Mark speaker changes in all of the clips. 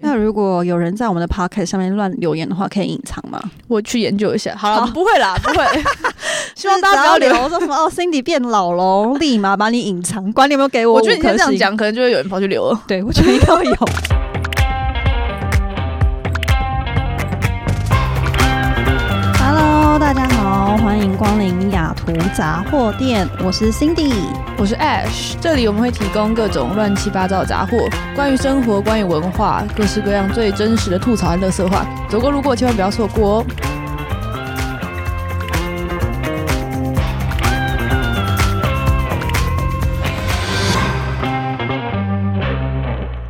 Speaker 1: 那如果有人在我们的 podcast 上面乱留言的话，可以隐藏吗？
Speaker 2: 我去研究一下。好了，
Speaker 1: 好
Speaker 2: 不会 啦，不会。希望
Speaker 1: 就是只
Speaker 2: 大家不
Speaker 1: 要
Speaker 2: 留
Speaker 1: 留说什么哦，Cindy 变老喽，立马把你隐藏，管你有没有给我。
Speaker 2: 我觉得你先这样，讲，可能就会有人跑去留了。
Speaker 1: 对我 觉得应该会有。Hello，大家好，欢迎光临雅图杂货店，我是 Cindy。
Speaker 2: 我是 Ash，这里我们会提供各种乱七八糟的杂货，关于生活，关于文化，各式各样最真实的吐槽和乐色话。走过路过千万不要错过哦。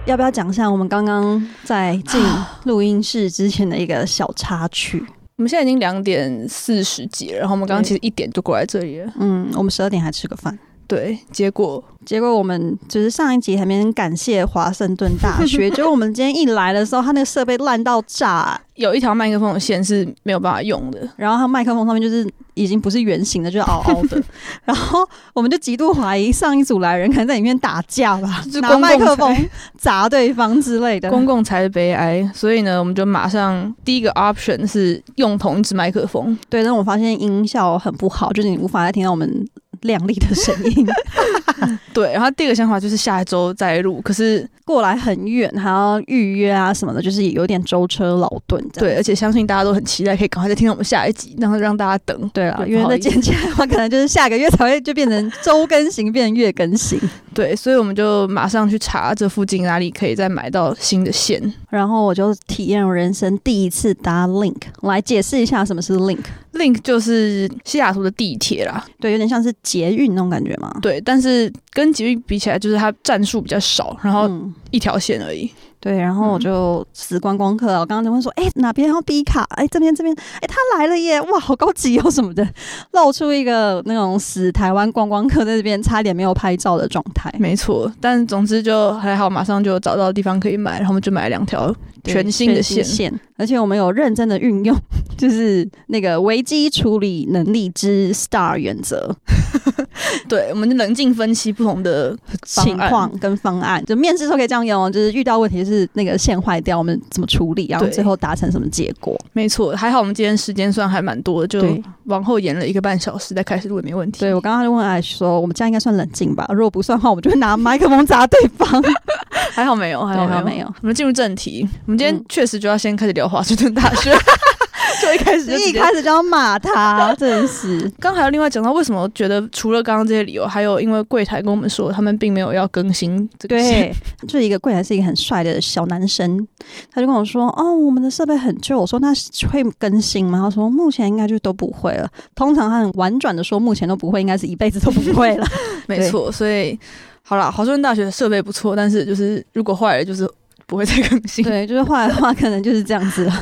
Speaker 1: 要不要讲一下我们刚刚在 进录音室之前的一个小插曲？
Speaker 2: 我们现在已经两点四十几了，然后我们刚刚
Speaker 1: 对
Speaker 2: 其实一点就过来这里了。
Speaker 1: 嗯，我们十二点还吃个饭。
Speaker 2: 对，结果
Speaker 1: 结果我们就是上一集还没人感谢华盛顿大 学，结果我们今天一来的时候，他那个设备烂到炸，
Speaker 2: 有一条麦克风的线是没有办法用的。
Speaker 1: 然后他麦克风上面就是已经不是圆形的，就是凹凹 的，然后我们就极度怀疑上一组来人可能在里面打架吧
Speaker 2: 就，是
Speaker 1: 拿
Speaker 2: 公共
Speaker 1: 麦克
Speaker 2: 才
Speaker 1: 风砸对方之类的。
Speaker 2: 公共才是悲哀，所以呢，我们就马上第一个 option 是用同一支麦克风，
Speaker 1: 对，但我发现音效很不好，就是你无法再听到我们亮丽的声音，
Speaker 2: 对。然后第二个想法就是下一周再录，可是
Speaker 1: 过来很远，还要预约啊什么的，就是有点舟车劳顿这样。
Speaker 2: 对，而且相信大家都很期待，可以赶快再听到我们下一集，然后让大家等。
Speaker 1: 对啦，
Speaker 2: 对
Speaker 1: 因为
Speaker 2: 不好
Speaker 1: 那
Speaker 2: 意思
Speaker 1: 剪起来的话，可能就是下个月才会就变成周更新，变成月更新。
Speaker 2: 对，所以我们就马上去查这附近哪里可以再买到新的线。
Speaker 1: 然后我就体验我人生第一次搭 Link，来解释一下什么是 Link。
Speaker 2: Link 就是西雅图的地铁啦，
Speaker 1: 对，有点像是捷运那种感觉嘛。
Speaker 2: 对，但是跟捷运比起来，就是它站数比较少，然后
Speaker 1: 嗯，
Speaker 2: 一条线而已。
Speaker 1: 对，然后我就死观光客啊，我刚刚就会说，哎、哪边要 B 卡？哎、这边这边，哎、他来了耶！哇，好高级哦什么的，露出一个那种死台湾观光客在这边差一点没有拍照的状态。
Speaker 2: 没错，但总之就还好，马上就找到地方可以买，然后我们就买了两条
Speaker 1: 对
Speaker 2: 全新的线
Speaker 1: 全线，而且我们有认真的运用， 就是那个危机处理能力之 STAR 原则，
Speaker 2: 对，我们就冷静分析不同的方
Speaker 1: 情
Speaker 2: 案
Speaker 1: 况。跟方案，就面试的时候可以这样用哦，就是遇到问题是那个线坏掉，我们怎么处理，然后
Speaker 2: 对
Speaker 1: 最后达成什么结果。
Speaker 2: 没错，还好我们今天时间算还蛮多的，就
Speaker 1: 对
Speaker 2: 往后延了一个半小时再开始录也没问题。
Speaker 1: 对，我刚刚就问艾说，我们这样应该算冷静吧？如果不算的话，我们就会拿麦克风 砸对方。
Speaker 2: 还好没有，还好
Speaker 1: 还好
Speaker 2: 没
Speaker 1: 没有
Speaker 2: 我们进入正题，我们今天
Speaker 1: 嗯
Speaker 2: 确实就要先开始聊华盛顿大 学，就一开始就直
Speaker 1: 一
Speaker 2: 接
Speaker 1: 开始就要骂他，真是。
Speaker 2: 刚还有另外讲到，为什么我觉得除了刚刚这些理由，还有因为柜台跟我们说他们并没有要更新这个线，
Speaker 1: 对， 就一个柜台是一个很帅的小男生，他就跟我说：“哦，我们的设备很旧。”我说：“那会更新吗？”他说：“目前应该就都不会了。”通常他很婉转的说：“目前都不会，应该是一辈子都不会 了。
Speaker 2: 没错，所以好啦，华盛顿大学的设备不错，但是就是如果坏了就是不会再更”新。
Speaker 1: 对，就是话的话，可能就是这样子 了。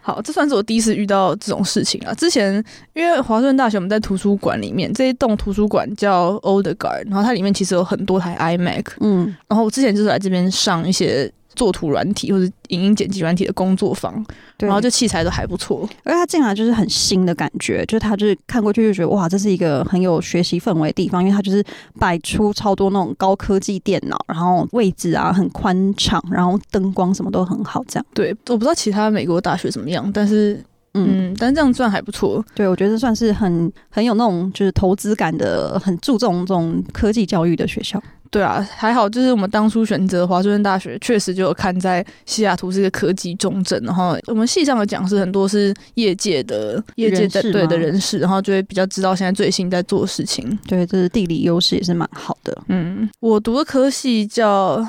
Speaker 2: 好，这算是我第一次遇到这种事情啊。之前因为华盛顿大学我们在图书馆里面，这一栋图书馆叫 Old Guard，然后它里面其实有很多台 iMac，
Speaker 1: 嗯，
Speaker 2: 然后我之前就是来这边上一些做图软体或者影音剪辑软体的工作坊，
Speaker 1: 对。
Speaker 2: 然后就器材都还不错。
Speaker 1: 而且他进来就是很新的感觉，就是他就是看过去就觉得哇，这是一个很有学习氛围的地方，因为他就是摆出超多那种高科技电脑，然后位置啊很宽敞，然后灯光什么都很好，这样。
Speaker 2: 对，我不知道其他美国大学怎么样，但是
Speaker 1: 嗯，
Speaker 2: 嗯，但这样算还不错。
Speaker 1: 对，我觉得算是很很有那种就是投资感的，很注重这种科技教育的学校。
Speaker 2: 对啊，还好，就是我们当初选择华盛顿大学，确实就有看在西雅图是一个科技重镇，然后我们系上的讲师很多是业界的业界的
Speaker 1: 人士吗
Speaker 2: 对的人士，然后就会比较知道现在最新在做的事情。
Speaker 1: 对，这是地理优势也是蛮好的。
Speaker 2: 嗯，我读的科系叫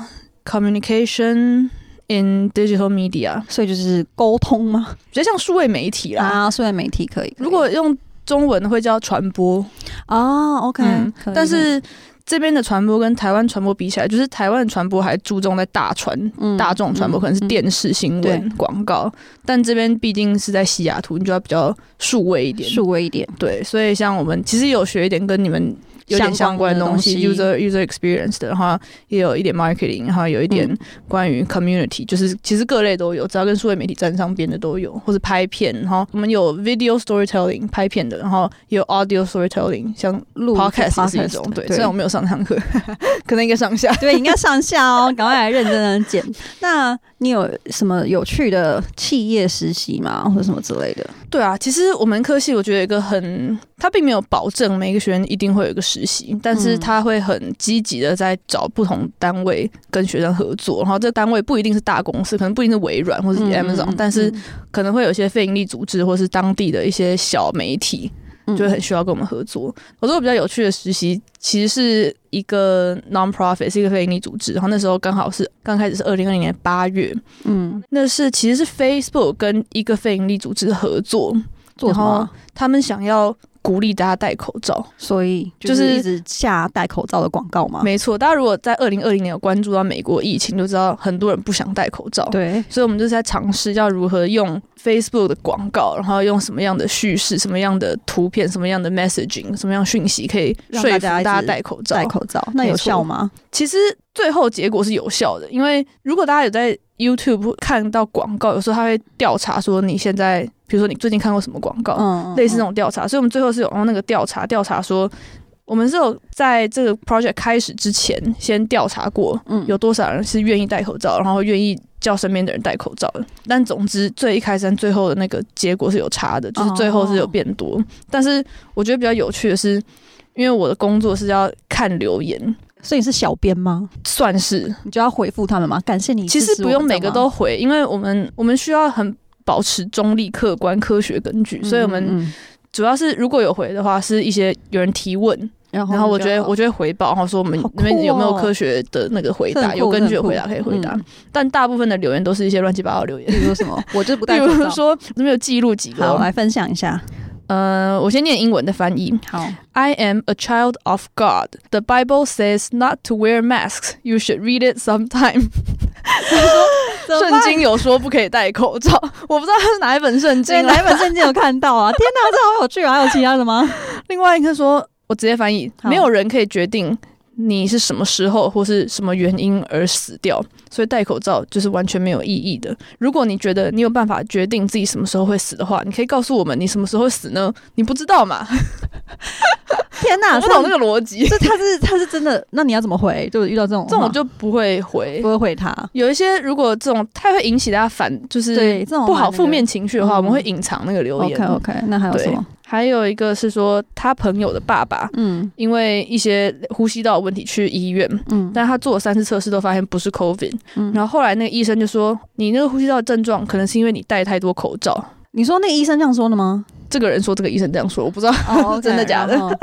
Speaker 2: Communication in Digital Media，
Speaker 1: 所以就是沟通吗？
Speaker 2: 比较像数位媒体啦。
Speaker 1: 啊，虽然媒体可以，可以
Speaker 2: 如果用中文会叫传播，
Speaker 1: 啊，OK，
Speaker 2: 嗯
Speaker 1: 可以、
Speaker 2: 但是这边的传播跟台湾传播比起来，就是台湾的传播还注重在大传
Speaker 1: 嗯
Speaker 2: 大众传播，可能是
Speaker 1: 嗯嗯
Speaker 2: 电视新闻
Speaker 1: 对、
Speaker 2: 广告，但这边毕竟是在西雅图，你就要比较数位一点。
Speaker 1: 数位一点。
Speaker 2: 对，所以像我们其实有学一点跟你们有点相关
Speaker 1: 的
Speaker 2: 东西，user user experience 的，然后也有一点 marketing，然后有一点
Speaker 1: 嗯
Speaker 2: 关于 community，、就是其实各类都有，只要跟数位媒体沾上边的都有，或者拍片，然后我们有 video storytelling 拍片的，然后也有 audio storytelling，像
Speaker 1: 录
Speaker 2: podcast 也是一种，对，虽然我没有上堂课， 可能应该上下。
Speaker 1: 对，应该上下哦，赶快来认真的剪。 那你有什么有趣的企业实习吗，或者什么之类的？
Speaker 2: 对啊，其实我们科系我觉得有一个很，他并没有保证每个学员一定会有一个实习，但是
Speaker 1: 嗯
Speaker 2: 他会很积极的在找不同单位跟学生合作，然后这单位不一定是大公司，可能不一定是微软或
Speaker 1: 或
Speaker 2: 是 Amazon，、但是可能会有一些非营利组织或是当地的一些小媒体，
Speaker 1: 嗯
Speaker 2: 就会很需要跟我们合作。我觉得比较有趣的实习，其实是一个 non-profit，是一个非营利组织。然后那时候刚好是刚开始是二零二零年八月，
Speaker 1: 嗯，
Speaker 2: 那是其实是 Facebook 跟一个非营利组织合作，
Speaker 1: 做什么啊？
Speaker 2: 他们想要。鼓励大家戴口罩，
Speaker 1: 所以就
Speaker 2: 就是是
Speaker 1: 一直下戴口罩的广告嘛。
Speaker 2: 没错。大家如果在二零二零年有关注到美国疫情，就知道很多人不想戴口罩。
Speaker 1: 对，
Speaker 2: 所以我们就是在尝试要如何用 Facebook 的广告，然后用什么样的叙事、什么样的图片、什么样的 messaging、什么样讯息，可以
Speaker 1: 让
Speaker 2: 说服
Speaker 1: 大
Speaker 2: 大
Speaker 1: 家
Speaker 2: 家
Speaker 1: 一直
Speaker 2: 戴口罩。
Speaker 1: 戴口罩那有
Speaker 2: 没错
Speaker 1: 效吗？
Speaker 2: 其实最后结果是有效的，因为如果大家有在 YouTube 看到广告，有时候他会调查说你现在，比如说你最近看过什么广告，
Speaker 1: 嗯，
Speaker 2: 类似那种调查。所以我们最后是有哦用那个调查调查说，我们是有在这个 project 开始之前先调查过，
Speaker 1: 嗯
Speaker 2: 有多少人是愿意戴口罩，然后愿意叫身边的人戴口罩的。但总之，最一开始跟最后的那个结果是有差的，就是最后是有变多。但是我觉得比较有趣的是，因为我的工作是要看留言，
Speaker 1: 所以你是小编吗？
Speaker 2: 算是
Speaker 1: 你就要回复他们吗？感谢你
Speaker 2: 其
Speaker 1: 支持我们，
Speaker 2: 实不用每个
Speaker 1: 这样啊
Speaker 2: 都回，因为我们我们需要很。保持中立、客观、科学根据，
Speaker 1: 吗，
Speaker 2: 所以我们
Speaker 1: 嗯，嗯嗯
Speaker 2: 主要是如果有回的话，是一些有人提问，
Speaker 1: 然后
Speaker 2: 然后我
Speaker 1: 就
Speaker 2: 觉得
Speaker 1: 要
Speaker 2: 我就会回报，然后说我们
Speaker 1: 哦好酷
Speaker 2: 那边有没有
Speaker 1: 哦
Speaker 2: 科学的那个回
Speaker 1: 这
Speaker 2: 答，
Speaker 1: 很
Speaker 2: 有
Speaker 1: 酷
Speaker 2: 根
Speaker 1: 这
Speaker 2: 据的
Speaker 1: 很酷
Speaker 2: 回答可以回答。
Speaker 1: 嗯
Speaker 2: 但大部分的留言都是一些乱七八糟的留言，
Speaker 1: 比如什么，我就是不
Speaker 2: 比
Speaker 1: 戴口
Speaker 2: 如
Speaker 1: 罩。
Speaker 2: 说这边有记录几个
Speaker 1: 好，
Speaker 2: 哦，
Speaker 1: 来分享一下。
Speaker 2: 呃，我先念英文的翻译
Speaker 1: 好，
Speaker 2: ：I am a child of God. The Bible says not to wear masks. You should read it sometime. 圣
Speaker 1: 圣经
Speaker 2: 经有说不可以戴口罩，我不知道它是哪一本圣经
Speaker 1: 对，
Speaker 2: 啊。
Speaker 1: 哪一本圣经有看到 啊？天哪，这好有趣啊！还有其他的吗？
Speaker 2: 另外一个说，我直接翻译，
Speaker 1: 好
Speaker 2: 没有人可以决定你是什么时候或是什么原因而死掉，所以戴口罩就是完全没有意义的。如果你觉得你有办法决定自己什么时候会死的话，你可以告诉我们你什么时候会死呢？你不知道嘛？
Speaker 1: 天哪，
Speaker 2: 我不懂
Speaker 1: 这
Speaker 2: 这个逻辑，
Speaker 1: 这他是他是真的，那你要怎么回？就是遇到这种
Speaker 2: 这种
Speaker 1: 话
Speaker 2: 我就不会回
Speaker 1: 不。会回他，
Speaker 2: 有一些如果这种太会引起大家反，就是
Speaker 1: 对这种
Speaker 2: 不好
Speaker 1: 蛮那个
Speaker 2: 负面情绪的话，
Speaker 1: 嗯
Speaker 2: 我们会隐藏那个留言
Speaker 1: OK。OK，那还有什么？
Speaker 2: 还有一个是说他朋友的爸爸。
Speaker 1: 嗯
Speaker 2: 因为一些呼吸道问题去医院，
Speaker 1: 嗯，
Speaker 2: 但他做了三次测试都发现不是 COVID，、
Speaker 1: 嗯
Speaker 2: 然后后来那个医生就说，你那个呼吸道症状可能是因为你戴太多口罩。
Speaker 1: 你说那个医生这样说的吗？
Speaker 2: 这个人说，这个医生这样说，我不知道。
Speaker 1: 哦
Speaker 2: 真的假的？
Speaker 1: 然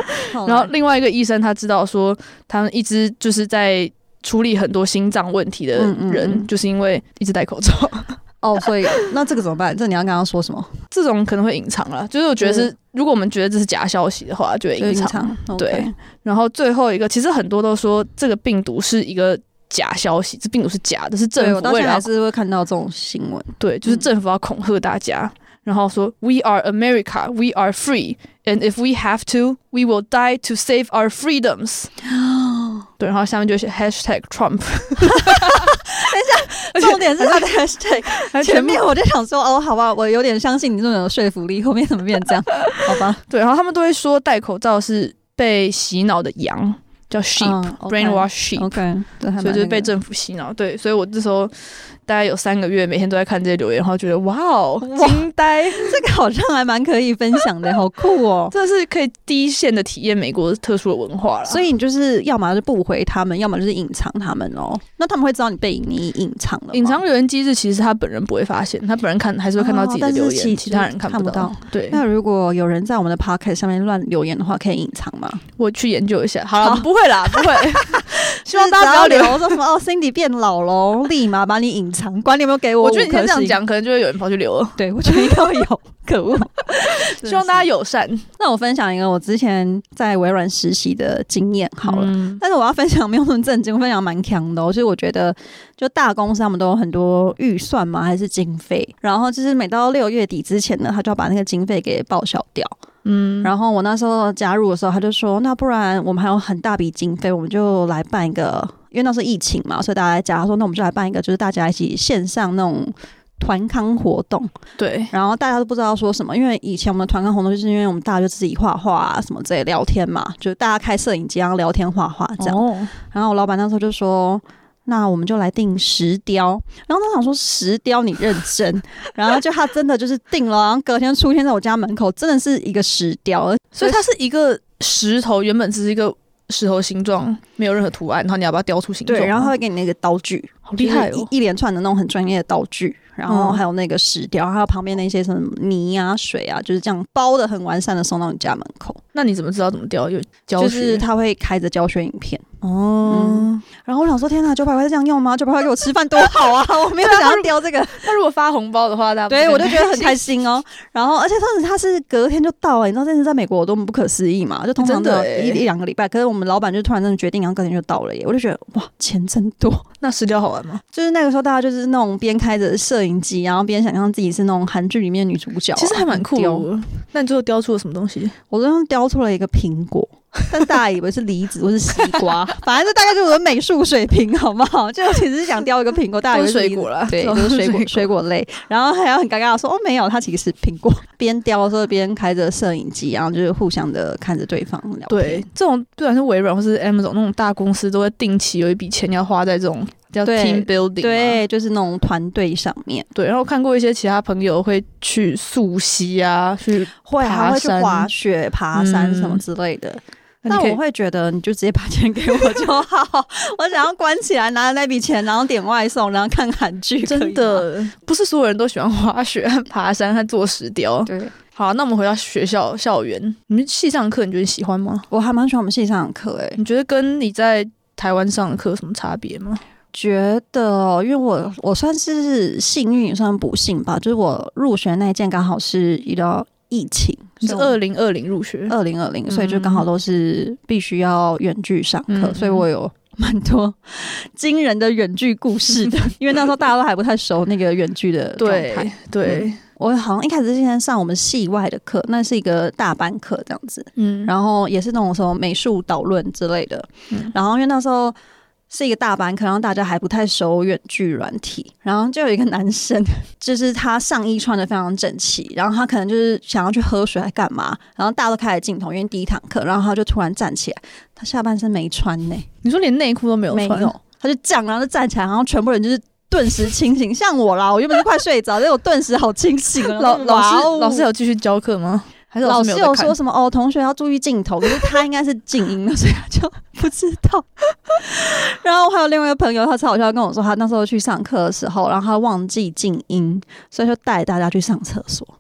Speaker 2: 然后
Speaker 1: 后
Speaker 2: 另外一个医生他知道说，他们一直就是在处理很多心脏问题的
Speaker 1: 嗯嗯
Speaker 2: 人，
Speaker 1: 嗯
Speaker 2: 就是因为一直戴口罩，
Speaker 1: 哦，所以那这个怎么办？这你要跟他说什么？
Speaker 2: 这种可能会隐藏了。就是我觉得
Speaker 1: 嗯
Speaker 2: 是，如果我们觉得这是假消息的话，就会
Speaker 1: 就是
Speaker 2: 隐藏。
Speaker 1: 场
Speaker 2: 对，然后最后一个，其实很多都说这个病毒是一个假消息，这病毒是假的，是政
Speaker 1: 对我
Speaker 2: 府
Speaker 1: 到
Speaker 2: 为
Speaker 1: 现
Speaker 2: 了
Speaker 1: 在
Speaker 2: 要
Speaker 1: 还是会看到这种新 闻。
Speaker 2: 对，就是
Speaker 1: 嗯
Speaker 2: 政府要恐吓大家，然后说 “We are America, we are free, and if we have to, we will die to save our freedoms。”对，然后下面就写 #hashtag Trump，
Speaker 1: 重点是他的 hashtag，
Speaker 2: 还
Speaker 1: 前面我就想说哦，好吧，我有点相信你这种有说服力，后面怎么变这样？好吧，
Speaker 2: 对，然后他们都会说戴口罩是被洗脑的羊，叫
Speaker 1: 嗯，OK
Speaker 2: sheep，brainwash、sheep。
Speaker 1: OK，这还蛮
Speaker 2: 所以就是被
Speaker 1: 那个
Speaker 2: 政府洗脑，对，所以我那时候大概有三个月，每天都在看这些留言，然后觉得哇哦，
Speaker 1: 哇
Speaker 2: 惊呆，
Speaker 1: 这个好像还蛮可以分享的，好酷 哦。
Speaker 2: 这是可以第一线的体验美国特殊的文化了。
Speaker 1: 所以你就是要么就不回他们，要么就是隐藏他们哦。那他们会知道你被你隐藏了吗，
Speaker 2: 隐藏留言机制其实他本人不会发现，他本人看还是会看到自己的
Speaker 1: 哦但是
Speaker 2: 留言，
Speaker 1: 其
Speaker 2: 其他人看
Speaker 1: 看不
Speaker 2: 到。
Speaker 1: 到
Speaker 2: 对，
Speaker 1: 那如果有人在我们的 p o c k e t 上面乱留言的话，可以隐藏吗？
Speaker 2: 我去研究一下。好
Speaker 1: 好
Speaker 2: 了，不会啦，不 会。希望大家不
Speaker 1: 就是只留
Speaker 2: 要留。
Speaker 1: 说什么哦，Cindy 变老喽，立马把你隐藏，管你有没有给我
Speaker 2: 我
Speaker 1: 我
Speaker 2: 觉得你先这样，讲，可能就会有人跑去留了。
Speaker 1: 对我 觉得应该会有，可 恶。
Speaker 2: 希望 大家友善。
Speaker 1: 那我分享一个呃我之前在微软实习的经验好了。
Speaker 2: 嗯
Speaker 1: 但是我要分享没有那么震惊，我分享蛮强的、哦。就是我觉得，就大公司他们都有很多预算嘛，还是经费，然后就是每到六月底之前呢，他就要把那个经费给报销掉。
Speaker 2: 嗯，
Speaker 1: 然后我那时候加入的时候，他就说，那不然我们还有很大笔经费，我们就来办一个，因为那时候疫情嘛，所以大家在家，他说那我们就来办一个，就是大家一起线上那种团康活动。
Speaker 2: 对，
Speaker 1: 然后大家都不知道说什么，因为以前我们的团康活动就是因为我们大家就自己画画、啊、什么之类聊天嘛，就是大家开摄影机然后聊天画画这样。
Speaker 2: 哦，
Speaker 1: 然后我老板那时候就说。那我们就来定石雕，然后他想说石雕你认真， 然后就他真的就是定了，然后隔天出现在我家门口，真的是一个石雕，
Speaker 2: 所以它是一个石头，原本只是一个石头形状，没有任何图案，然后你要把它雕出形状吗。
Speaker 1: 对，然后他会给你那个刀具，
Speaker 2: 好厉害
Speaker 1: 就是
Speaker 2: 哦！
Speaker 1: 一一连串的那种很专业的道具，然后还有那个石雕，还有旁边那些什么泥啊、水啊，就是这样包的很完善的送到你家门口，
Speaker 2: 那你怎么知道怎么雕？有教学
Speaker 1: 就是他会开着教学影片。
Speaker 2: 哦、
Speaker 1: 嗯然后我想说，天哪，九百块是这样用吗？九百块给我吃饭多好啊！ 我没有
Speaker 2: 对啊
Speaker 1: 想要雕这个，
Speaker 2: 那如果发红包的话，大家啊不是
Speaker 1: 对我就
Speaker 2: 更
Speaker 1: 觉得很开心哦。然后，而且当时他是隔天就到了，你知道，这次在美国我多么不可思议嘛？就通常都
Speaker 2: 真的
Speaker 1: 要
Speaker 2: 欸
Speaker 1: 一一两个礼拜，可是我们老板就突然真的决定，然后隔天就到了耶！我就觉得哇，钱真多。
Speaker 2: 那石雕好玩吗？
Speaker 1: 就是那个时候，大家就是那种边开着摄影机，然后边想象自己是那种韩剧里面的女主角啊、
Speaker 2: 其实还蛮酷
Speaker 1: 很
Speaker 2: 的
Speaker 1: 丢。
Speaker 2: 那你最后雕出了什么东西？
Speaker 1: 我最后雕出了一个苹果，但大家以为是梨子或是西瓜， 反正这大概就是我的美术水平，好不好？就其实是想雕一个苹果，大家以
Speaker 2: 都
Speaker 1: 为是
Speaker 2: 是
Speaker 1: 梨
Speaker 2: 水
Speaker 1: 子
Speaker 2: 果啦，
Speaker 1: 啊对，
Speaker 2: 都
Speaker 1: 就是 水果水果类，然后还要很尴尬的说哦没有，它其实是苹果。边雕的时候边开着摄影机，然后就是互相的看着对方聊天。
Speaker 2: 对，这种不管是微软或是 Amazon 那种大公司，都会定期有一笔钱要花在这种叫
Speaker 1: 对
Speaker 2: team building 嘛。
Speaker 1: 对，就是那种团队上面
Speaker 2: 对，然后我看过一些其他朋友会去溯溪啊，去
Speaker 1: 会还会去
Speaker 2: 爬山
Speaker 1: 滑雪、爬山什么
Speaker 2: 嗯
Speaker 1: 之类的。
Speaker 2: 那
Speaker 1: 但
Speaker 2: 你可以
Speaker 1: 我会觉得，你就直接把钱给我就好。 我想要关起来，拿着那笔钱，然后点外送，然后看韩剧，可以
Speaker 2: 真
Speaker 1: 吗，
Speaker 2: 的不是所有人都喜欢滑雪、爬山和做石雕。
Speaker 1: 对
Speaker 2: 好，那我们回到学校校园，你们系上课你觉得你喜欢吗？
Speaker 1: 我还蛮喜欢我们系上的课欸诶、
Speaker 2: 你觉得跟你在台湾上的课有什么差别吗？
Speaker 1: 觉得哦，因为我我算是幸运，也算不幸吧，就是我入学那一届刚好是遇到疫情，
Speaker 2: 你是二零二零入学，
Speaker 1: 二零二零，所以就刚好都是必须要远距上课，
Speaker 2: 嗯
Speaker 1: 所以我有蛮多惊人的远距故事的，因为那时候大家都还不太熟那个远距的状
Speaker 2: 对
Speaker 1: 态。
Speaker 2: 对，
Speaker 1: 我好像一开始是先上我们系外的课，那是一个大班课这样子，
Speaker 2: 嗯，
Speaker 1: 然后也是那种什么美术导论之类的。
Speaker 2: 嗯
Speaker 1: 然后因为那时候是一个大班课，然后大家还不太熟远距软体，然后就有一个男生，就是他上衣穿的非常整齐，然后他可能就是想要去喝水还干嘛，然后大家都开始镜头，因为第一堂课，然后他就突然站起来，他下半身没穿呢、
Speaker 2: 你说连内裤都没有
Speaker 1: 没
Speaker 2: 穿，
Speaker 1: 有，他就这样，然后就站起来，然后全部人就是。顿时清醒，像我啦，我原本是快睡着，但我顿时好清醒哦。
Speaker 2: 老老
Speaker 1: 哇
Speaker 2: 师
Speaker 1: 哦
Speaker 2: 老师有继续教课吗？还是
Speaker 1: 老
Speaker 2: 师
Speaker 1: 师
Speaker 2: 没
Speaker 1: 有
Speaker 2: 在看
Speaker 1: 说？什么哦，同学要注意镜头，可是他应该是静音 的，所以他就不知道。 然后还有另外一个朋友，他超好笑，跟我说他那时候去上课的时候，然后他忘记静音，所以就带大家去上厕所。不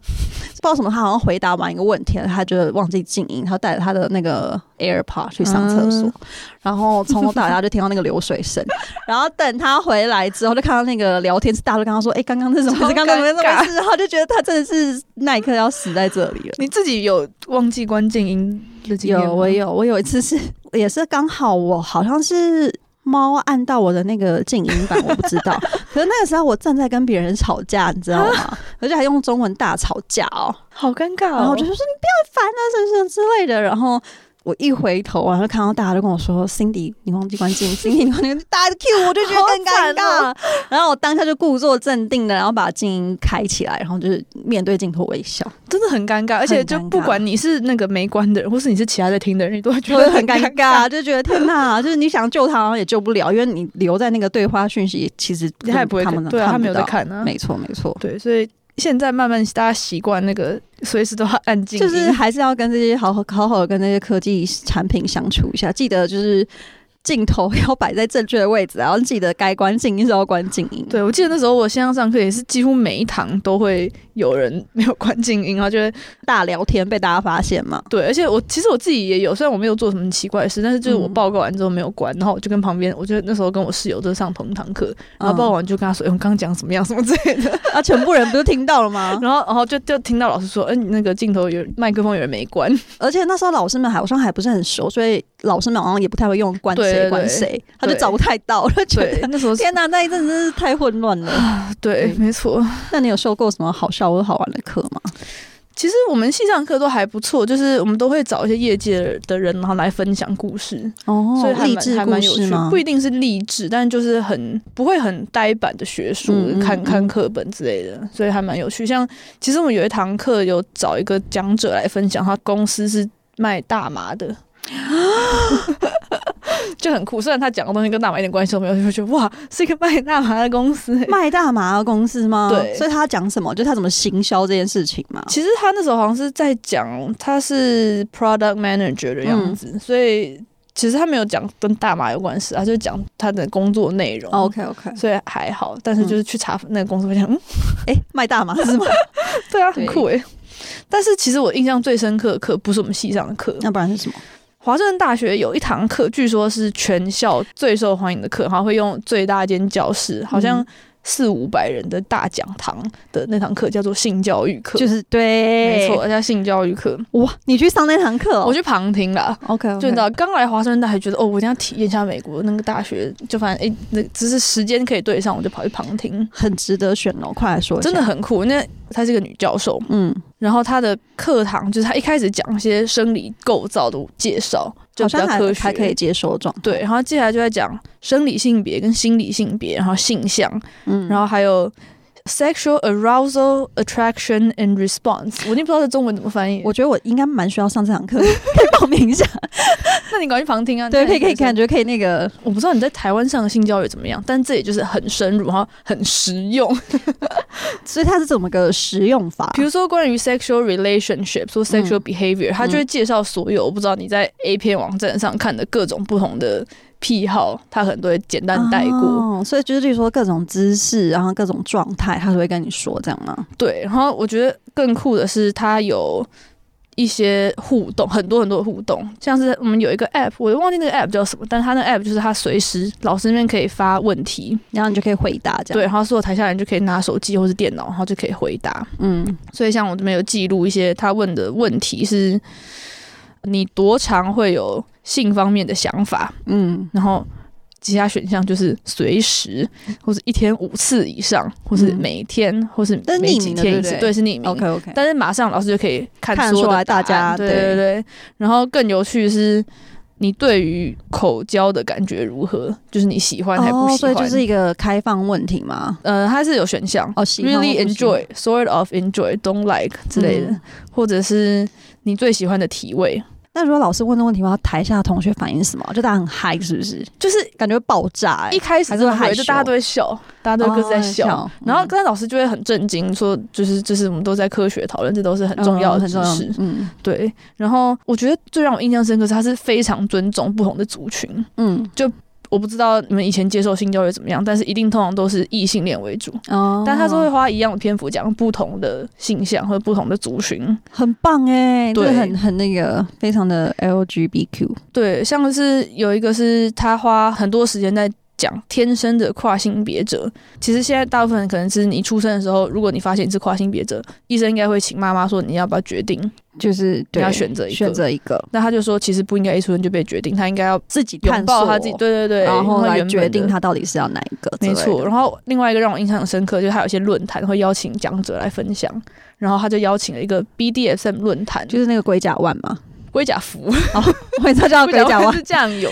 Speaker 1: 知道为什么，他好像回答完一个问题，他觉得忘记静音，他带着他的那个 AirPod 去上厕所，
Speaker 2: 嗯
Speaker 1: 然后从头到尾他就听到那个流水声。 然后等他回来之后，就看到那个聊天室，大家都跟他说：“哎、刚刚是什么
Speaker 2: 超
Speaker 1: 事？刚刚怎么怎么
Speaker 2: 尴
Speaker 1: 回事？”然后就觉得他真的是那一刻要死在这里了。
Speaker 2: 你自己有忘记关静音的经验吗
Speaker 1: 有，我有，我有一次是也是刚好我好像是猫按到我的那个静音板，我不知 道。可是那个时候我正在跟别人吵架，你知道吗？而且还用中文大吵架哦。
Speaker 2: 好尴尬啊哦。
Speaker 1: 然后我就说你不要烦啊，什么什么之类的。然后我一回头啊，然后看到大家都跟我说，Cindy，你忘记关静音，Cindy，你忘记关静音大家 Q，我就觉得更尴
Speaker 2: 好啊
Speaker 1: 尬。然后我当下就故作镇定的，然后把静音开起来，然后就是面对镜头微笑。
Speaker 2: 真的很尴尬，而且就不管你是那个没关的人，或是你是其他在听的人，你都会觉
Speaker 1: 就 会
Speaker 2: 得
Speaker 1: 很尴
Speaker 2: 尬。
Speaker 1: 尬，就觉得天 哪，就是你想救他，好像也救不了，因为你留在那个对话讯息，其实
Speaker 2: 他也不会
Speaker 1: 他
Speaker 2: 看
Speaker 1: 们
Speaker 2: 对啊，他
Speaker 1: 看不
Speaker 2: 没有在
Speaker 1: 到。
Speaker 2: 看啊。
Speaker 1: 没错，没错，
Speaker 2: 对，所以现在慢慢大家习惯那个随时都要按静音，
Speaker 1: 就是还是要跟这些好好好好的跟这些科技产品相处一下，记得就是镜头要摆在正确的位置，然后记得该关静音时候关静音。
Speaker 2: 对，我记得那时候我线上上课也是几乎每一堂都会有人没有关静音，然后就会
Speaker 1: 大聊天被大家发现 嘛，
Speaker 2: 对，而且我其实我自己也有，虽然我没有做什么奇怪的事，但是就是我
Speaker 1: 嗯
Speaker 2: 报告完之后没有关，然后我就跟旁边，我就那时候跟我室友就是上同一堂课，然后报告
Speaker 1: 嗯
Speaker 2: 完就跟他说，哎、我刚刚讲什么样什么之类的，
Speaker 1: 啊，全部人不是听到了吗？
Speaker 2: 然后然后就就听到老师说，哎、你那个镜头有麦克风有人没关，
Speaker 1: 而且那时候老师们好像还不是很熟，所以老师们好像也不太会用关
Speaker 2: 对
Speaker 1: 谁
Speaker 2: 对
Speaker 1: 关
Speaker 2: 对
Speaker 1: 谁，他就
Speaker 2: 对
Speaker 1: 找不太到，就觉
Speaker 2: 对
Speaker 1: 得，
Speaker 2: 那时候是
Speaker 1: 天哪，那一阵子真是太混乱了。
Speaker 2: 对，没错，
Speaker 1: 那你有受过什么好笑或好玩的课吗？
Speaker 2: 其实我们系上课都还不错，就是我们都会找一些业界的人，然后来分享故事，
Speaker 1: 哦，
Speaker 2: 所以还
Speaker 1: 励
Speaker 2: 蛮
Speaker 1: 志
Speaker 2: 还
Speaker 1: 故
Speaker 2: 蛮有
Speaker 1: 事
Speaker 2: 趣
Speaker 1: 吗，
Speaker 2: 不？一定是励志，但就是很不会很呆板的学术，
Speaker 1: 嗯嗯
Speaker 2: 看
Speaker 1: 嗯
Speaker 2: 看课本之类的，所以还蛮有趣。像其实我们有一堂课有找一个讲者来分享，他公司是卖大 麻的。就很酷，虽然他讲的东西跟大麻一点关系都没有，就会觉得哇，是一个卖大麻的 公司、欸。
Speaker 1: 卖大麻的公司吗？
Speaker 2: 对
Speaker 1: 所以他讲什么？就他怎么行销这件事情嘛。
Speaker 2: 其实他那时候好像是在讲他是 product manager 的样
Speaker 1: 嗯
Speaker 2: 子，所以其实他没有讲跟大麻有关系，他就讲他的工作内容。
Speaker 1: OK OK，
Speaker 2: 所以还好，但是就是去查那个公司会想，嗯，
Speaker 1: 哎、卖大麻是吗？
Speaker 2: 对啊，
Speaker 1: 对
Speaker 2: 很酷诶、但是其实我印象最深刻的课不是我们系上的课，
Speaker 1: 那不然是什么？
Speaker 2: 华盛顿大学有一堂课，据说是全校最受欢迎的课，好像会用最大间教室，好像
Speaker 1: 嗯
Speaker 2: 四五百人的大讲堂的那堂课叫做性教育课，
Speaker 1: 就是对，
Speaker 2: 没错，叫性教育课。
Speaker 1: 哇，你去上那堂课、哦，
Speaker 2: 我去旁听啦，
Speaker 1: OK，,
Speaker 2: 就你知道，刚来华盛顿大学觉得哦，我一定要体验一下美国那个大学，就反正诶，那只是时间可以对上，我就跑去旁听，
Speaker 1: 很值得选哦，快来说一下
Speaker 2: 真的，很酷。那她是一个女教授，
Speaker 1: 嗯，
Speaker 2: 然后她的课堂就是她一开始讲一些生理构造的介绍，就
Speaker 1: 好
Speaker 2: 比较
Speaker 1: 像还
Speaker 2: 科学，
Speaker 1: 还可以接受的状态，
Speaker 2: 对，然后接下来就在讲生理性别跟心理性别，然后性向，
Speaker 1: 嗯，
Speaker 2: 然后还有 sexual arousal attraction and response，我已经不知道这中文怎么翻译。
Speaker 1: 我觉得我应该蛮需要上这堂课， 可以报名一下，
Speaker 2: 那你赶紧旁听啊！
Speaker 1: 对，
Speaker 2: 你
Speaker 1: 可以可以
Speaker 2: 看
Speaker 1: 感。觉可以那个，
Speaker 2: 我不知道你在台湾上的性教育怎么样，但这也就是很深入，然后很实用。
Speaker 1: 所以它是怎么个实用法？
Speaker 2: 比如说关于 sexual relationships 或 sexual
Speaker 1: 嗯
Speaker 2: behavior，、它就会介绍所有我不知道你在 A 片网站上看的各种不同的癖好，它很多会简单带过。
Speaker 1: 哦，所以就是例如说各种姿势，然后各种状态，他都会跟你说这样吗？
Speaker 2: 对，然后我觉得更酷的是，它有一些互动，很多很多的互动，像是我们有一个 app，我忘记那个 app 叫什么，但它那个 app 就是它随时老师那边可以发问题，
Speaker 1: 然后你就可以回答这
Speaker 2: 对，
Speaker 1: 样，
Speaker 2: 然后所有台下人就可以拿手机或是电脑，然后就可以回答。
Speaker 1: 对，嗯，
Speaker 2: 所以像我这边有记录一些他问的问题是，你多常会有性方面的想法？
Speaker 1: 嗯，
Speaker 2: 然后其他选项就是随时，或是一天五次以上，或是
Speaker 1: 嗯
Speaker 2: 每天，或是
Speaker 1: 但是
Speaker 2: 每
Speaker 1: 匿
Speaker 2: 几
Speaker 1: 名的对
Speaker 2: 天一
Speaker 1: 不
Speaker 2: 次，
Speaker 1: 对
Speaker 2: 对，是匿名。
Speaker 1: OK OK，
Speaker 2: 但是马上老师就可以看
Speaker 1: 看
Speaker 2: 所有
Speaker 1: 出
Speaker 2: 的
Speaker 1: 来
Speaker 2: 答案
Speaker 1: 大家
Speaker 2: 对
Speaker 1: 对
Speaker 2: 对对。然后更有趣的是，你对于口交的感觉如何？就是你喜欢还不喜
Speaker 1: 哦，所
Speaker 2: 欢？
Speaker 1: 以就是一个开放问题嘛，
Speaker 2: 呃，它是有选项。
Speaker 1: 哦，喜欢或
Speaker 2: Really
Speaker 1: 不喜欢
Speaker 2: enjoy, sort of enjoy, don't like 之类的，
Speaker 1: 嗯
Speaker 2: 或者是你最喜欢的体位，
Speaker 1: 那如果老师问这问题的话，台下的同学反应是什么？就大家很嗨，是不是？
Speaker 2: 就是
Speaker 1: 感觉会爆炸、欸，
Speaker 2: 一开始
Speaker 1: 还
Speaker 2: 真
Speaker 1: 是会
Speaker 2: 的
Speaker 1: 害
Speaker 2: 会，
Speaker 1: 羞
Speaker 2: 就大家都会笑，大家都各自在笑，
Speaker 1: 哦
Speaker 2: 然后
Speaker 1: 嗯
Speaker 2: 但老师就会很震惊，说就是就是我们都在科学讨论，这都是很重
Speaker 1: 嗯
Speaker 2: 要的
Speaker 1: 很
Speaker 2: 知
Speaker 1: 重要
Speaker 2: 识。，
Speaker 1: 嗯
Speaker 2: 对，然后我觉得最让我印象深刻是，他是非常尊重不同的族群。
Speaker 1: 嗯
Speaker 2: 我不知道你们以前接受性教育怎么样，但是一定通常都是异性恋为主，
Speaker 1: 哦
Speaker 2: 但他是会花一样的篇幅讲不同的性向和不同的族群。
Speaker 1: 很棒哎、欸，
Speaker 2: 对
Speaker 1: 这很很那个，非常的 LGBTQ，
Speaker 2: 对，像是有一个是他花很多时间在。讲天生的跨性别者，其实现在大部分可能是你出生的时候，如果你发现你是跨性别者，医生应该会请妈妈说你要不要决定，
Speaker 1: 就是
Speaker 2: 你
Speaker 1: 对
Speaker 2: 要选择一个。
Speaker 1: 选。择一个
Speaker 2: 那他就说，其实不应该一出生就被决定，他应该要
Speaker 1: 自己
Speaker 2: 拥
Speaker 1: 探
Speaker 2: 抱
Speaker 1: 索
Speaker 2: 他自己，对对对，
Speaker 1: 然后来
Speaker 2: 原本
Speaker 1: 决
Speaker 2: 的
Speaker 1: 定他到底是要哪一个，
Speaker 2: 没错，然
Speaker 1: 后
Speaker 2: 后另外一个让我印象很深刻，就是还有一些论坛会邀请讲者来分享，然后他就邀请了一个 BDSM 论坛，
Speaker 1: 就是那个龟甲腕嘛，
Speaker 2: 龟甲服，
Speaker 1: 我也知道 叫啊龟甲
Speaker 2: 服
Speaker 1: 腕，
Speaker 2: 是酱 油，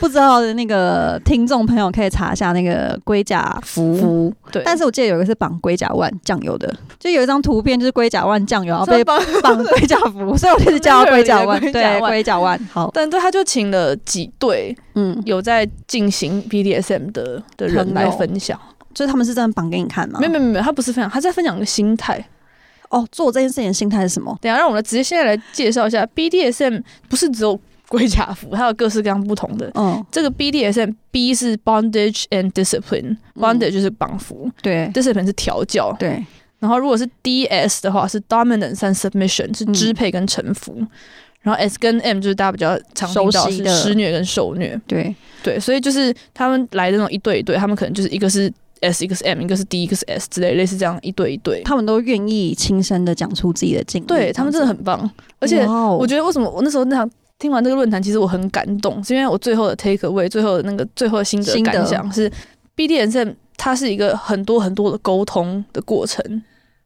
Speaker 1: 不知道的那个听众朋友可以查一下那个龟甲
Speaker 2: 服，
Speaker 1: 服，
Speaker 2: 对，
Speaker 1: 但
Speaker 2: 是
Speaker 1: 是我记得有一个是绑龟甲腕酱油的，就有一张图片就是龟甲腕酱油，然后被
Speaker 2: 帮，
Speaker 1: 绑龟甲服，所以我就是叫它龟甲腕，
Speaker 2: 龟甲
Speaker 1: 对，
Speaker 2: 腕
Speaker 1: 龟甲腕。好，
Speaker 2: 但对，他就请了几对
Speaker 1: 嗯，
Speaker 2: 有在进行 BDSM 的的人来分享，
Speaker 1: 就是他们是真的绑给你看吗？
Speaker 2: 没有没有没有，他不是分享，他在分享一个心态。
Speaker 1: 哦，做这件事情的心态是什么？
Speaker 2: 等一下让我们直接现在来介绍一下 BDSM，不是只有龟甲服，还有各式各样不同的。
Speaker 1: 嗯，
Speaker 2: 这个 BDSM，B 是 bondage and
Speaker 1: 嗯
Speaker 2: discipline，bondage 就是绑缚、
Speaker 1: 对
Speaker 2: d i s c i p l i n e 是调教，
Speaker 1: 对，
Speaker 2: 然后如果是 DS 的话是 dominance and submission，是
Speaker 1: 嗯
Speaker 2: 支配跟臣服。然后 S 跟 M 就是大家比较常听到
Speaker 1: 熟悉
Speaker 2: 是
Speaker 1: 的
Speaker 2: 施虐跟受虐，
Speaker 1: 对，
Speaker 2: 对，所以就是他们来的那种一对一对，他们可能就是一个是 S，一个是 M，一个是 D，一个是 S 之类，类似这样一对一对。
Speaker 1: 他们都愿意亲身的讲出自己的经历，
Speaker 2: 对他们真的，很棒，而且
Speaker 1: 哦
Speaker 2: 我觉得为什么我那时候那场听完这个论坛，其实我很感动，是因为我最后的 take away，最后的那个最后的心得
Speaker 1: 心得
Speaker 2: 感想是，BDSM 它是一个很多很多的沟通的过程，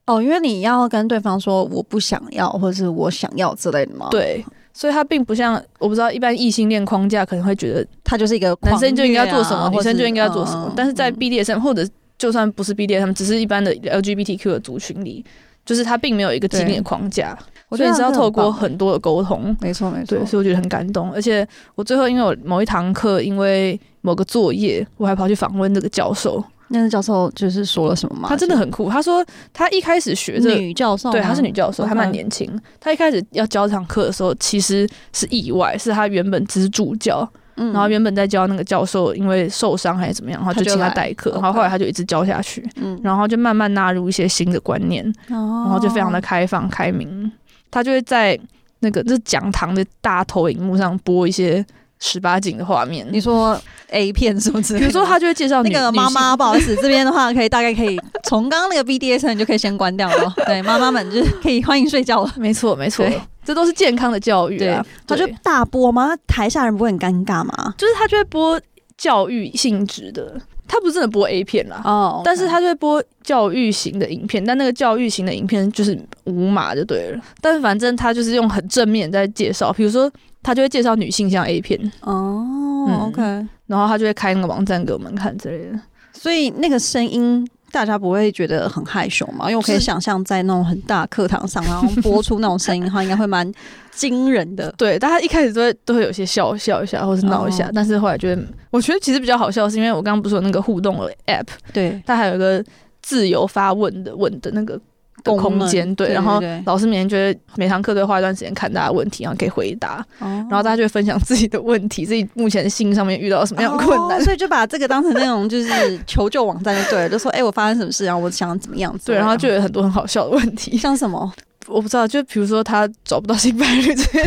Speaker 1: 哦，因为你要跟对方说我不想要，或者是我想要之类的吗？，
Speaker 2: 对，所以它并不像我不知道一般异性恋框架可能会觉得
Speaker 1: 他就是一个
Speaker 2: 男生就应该
Speaker 1: 狂
Speaker 2: 做
Speaker 1: 虐啊
Speaker 2: 什么，女
Speaker 1: 或是
Speaker 2: 生就应该做什么
Speaker 1: 嗯。
Speaker 2: 但是在 BDSM 或者就算不是 BDSM，只是一般的 LGBTQ 的族群里，就是它并没有一个既定
Speaker 1: 对
Speaker 2: 的框架，
Speaker 1: 我觉
Speaker 2: 所
Speaker 1: 得
Speaker 2: 以你是要
Speaker 1: 这很
Speaker 2: 透过
Speaker 1: 棒
Speaker 2: 很多的沟通。
Speaker 1: 没错没错
Speaker 2: 对，，所以我觉得很感动。而且我最后因为我某一堂课，因为某个作业，我还跑去访问这个教授，
Speaker 1: 那个教授就是说了什么吗？
Speaker 2: 他真的很酷。他说他一开始学这
Speaker 1: 女教授吗，
Speaker 2: 对，她是女教授，
Speaker 1: OK
Speaker 2: 还蛮年轻。她一开始要教这堂课的时候，其实是意外，是她原本只是助教，
Speaker 1: 嗯，
Speaker 2: 然后原本在教那个教授，因为受伤还是怎么样，然后
Speaker 1: 她
Speaker 2: 就
Speaker 1: 就
Speaker 2: 请她
Speaker 1: 来
Speaker 2: 代课，
Speaker 1: OK
Speaker 2: 然后后来她就一直教下去，
Speaker 1: 嗯，
Speaker 2: 然后就慢慢纳入一些新的观念，然
Speaker 1: 然
Speaker 2: 后就非常的开放开明。她就会在那个就是讲堂的大投影幕上播一些十八禁的画面，
Speaker 1: 你说 A 片是不是？
Speaker 2: 比如说她就会介绍
Speaker 1: 那
Speaker 2: 女
Speaker 1: 个妈。
Speaker 2: 女性
Speaker 1: 妈，不好意思，这边的话可以大概可以从刚刚那个 BDS 你就可以先关掉 了。对，妈妈们就是可以欢迎睡觉了。
Speaker 2: 没错，没错
Speaker 1: 对，
Speaker 2: 这都是健康的教育啊。
Speaker 1: 他就
Speaker 2: 对
Speaker 1: 大播吗？台下人不会很尴尬吗？
Speaker 2: 就是他就会播教育性质的，他不是真的播 A 片啦。
Speaker 1: 哦
Speaker 2: 但是他就会播教育型的影片，但那个教育型的影片就是无码就对了。但是反正他就是用很正面在介绍，比如说他就会介绍女性向 A 片，嗯
Speaker 1: 哦，OK，
Speaker 2: 然后他就会开那个网站给我们看之类的。
Speaker 1: 所以那个声音。大家不会觉得很害羞吗？因为我可以
Speaker 2: 就是
Speaker 1: 想象在那种很大的课堂上，然后播出那种声音的话，应该会蛮惊人的。
Speaker 2: 对，大家一开始都会都会有些笑笑一下，或是闹一下
Speaker 1: 哦
Speaker 2: 但是后来觉得，我觉得其实比较好笑，是因为我刚刚不是有那个互动的 app，
Speaker 1: 对，
Speaker 2: 它还有一个自由发问的问的那个的
Speaker 1: 功能
Speaker 2: 空间，对，
Speaker 1: 对
Speaker 2: 然后
Speaker 1: 对对
Speaker 2: 老师每天就会每堂课都会花一段时间看大家的问题，然后给回答，
Speaker 1: 然
Speaker 2: 然后大家就会分享自己的问题，自己目前性上面遇到什么样的困难，
Speaker 1: 哦所以就把这个当成那种就是求救网站就对了，就说哎、我发生什么事，然后我想怎么样之
Speaker 2: 对，
Speaker 1: 类的
Speaker 2: 然后就有很多很好笑的问题，
Speaker 1: 像什么，
Speaker 2: 我不知道，就比如说他找不到新伴侣这件，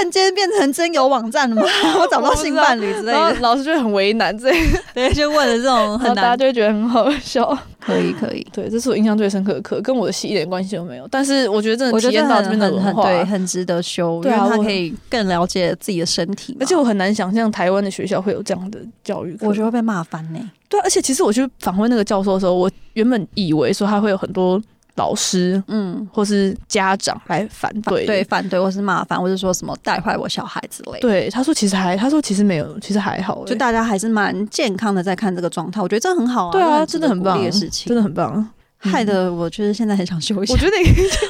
Speaker 1: 瞬间变成真有网站 了吗？我找不到性伴侣之类
Speaker 2: 然后
Speaker 1: 的，
Speaker 2: 老师就会很为难这样，
Speaker 1: 对，就问了这种
Speaker 2: 然后
Speaker 1: 很
Speaker 2: 大家
Speaker 1: 难，
Speaker 2: 就会觉得很好笑。
Speaker 1: 可以可以，
Speaker 2: 对，这是我印象最深刻的课，跟我的戏一点关系都没有，但是我觉得真的
Speaker 1: 我觉
Speaker 2: 体
Speaker 1: 得
Speaker 2: 验
Speaker 1: 很
Speaker 2: 到这边的
Speaker 1: 很很
Speaker 2: 文化。
Speaker 1: 对，很值得修，因
Speaker 2: 对
Speaker 1: 为
Speaker 2: 啊
Speaker 1: 它
Speaker 2: 我
Speaker 1: 可以更了解自己的身体嘛，
Speaker 2: 而且我很难想象台湾的学校会有这样的教育课，
Speaker 1: 我觉得会被骂翻呢、
Speaker 2: 对啊、而且其实我去访问那个教授的时候，我原本以为说他会有很多老师
Speaker 1: 嗯。
Speaker 2: 或是家长来反对，
Speaker 1: 对，反对或是骂翻，或是说什么带坏我小孩之类的，
Speaker 2: 对，他说其实还，他说其实没有，其实还好、欸，
Speaker 1: 就大家还是蛮健康的在看这个状态，我觉得这很好啊，
Speaker 2: 对
Speaker 1: 这
Speaker 2: 啊，
Speaker 1: 值
Speaker 2: 真
Speaker 1: 得
Speaker 2: 的很
Speaker 1: 鼓
Speaker 2: 棒
Speaker 1: 励的事，情
Speaker 2: 真，的很棒。
Speaker 1: 害得我就是现在很想休息
Speaker 2: 我。觉 得你。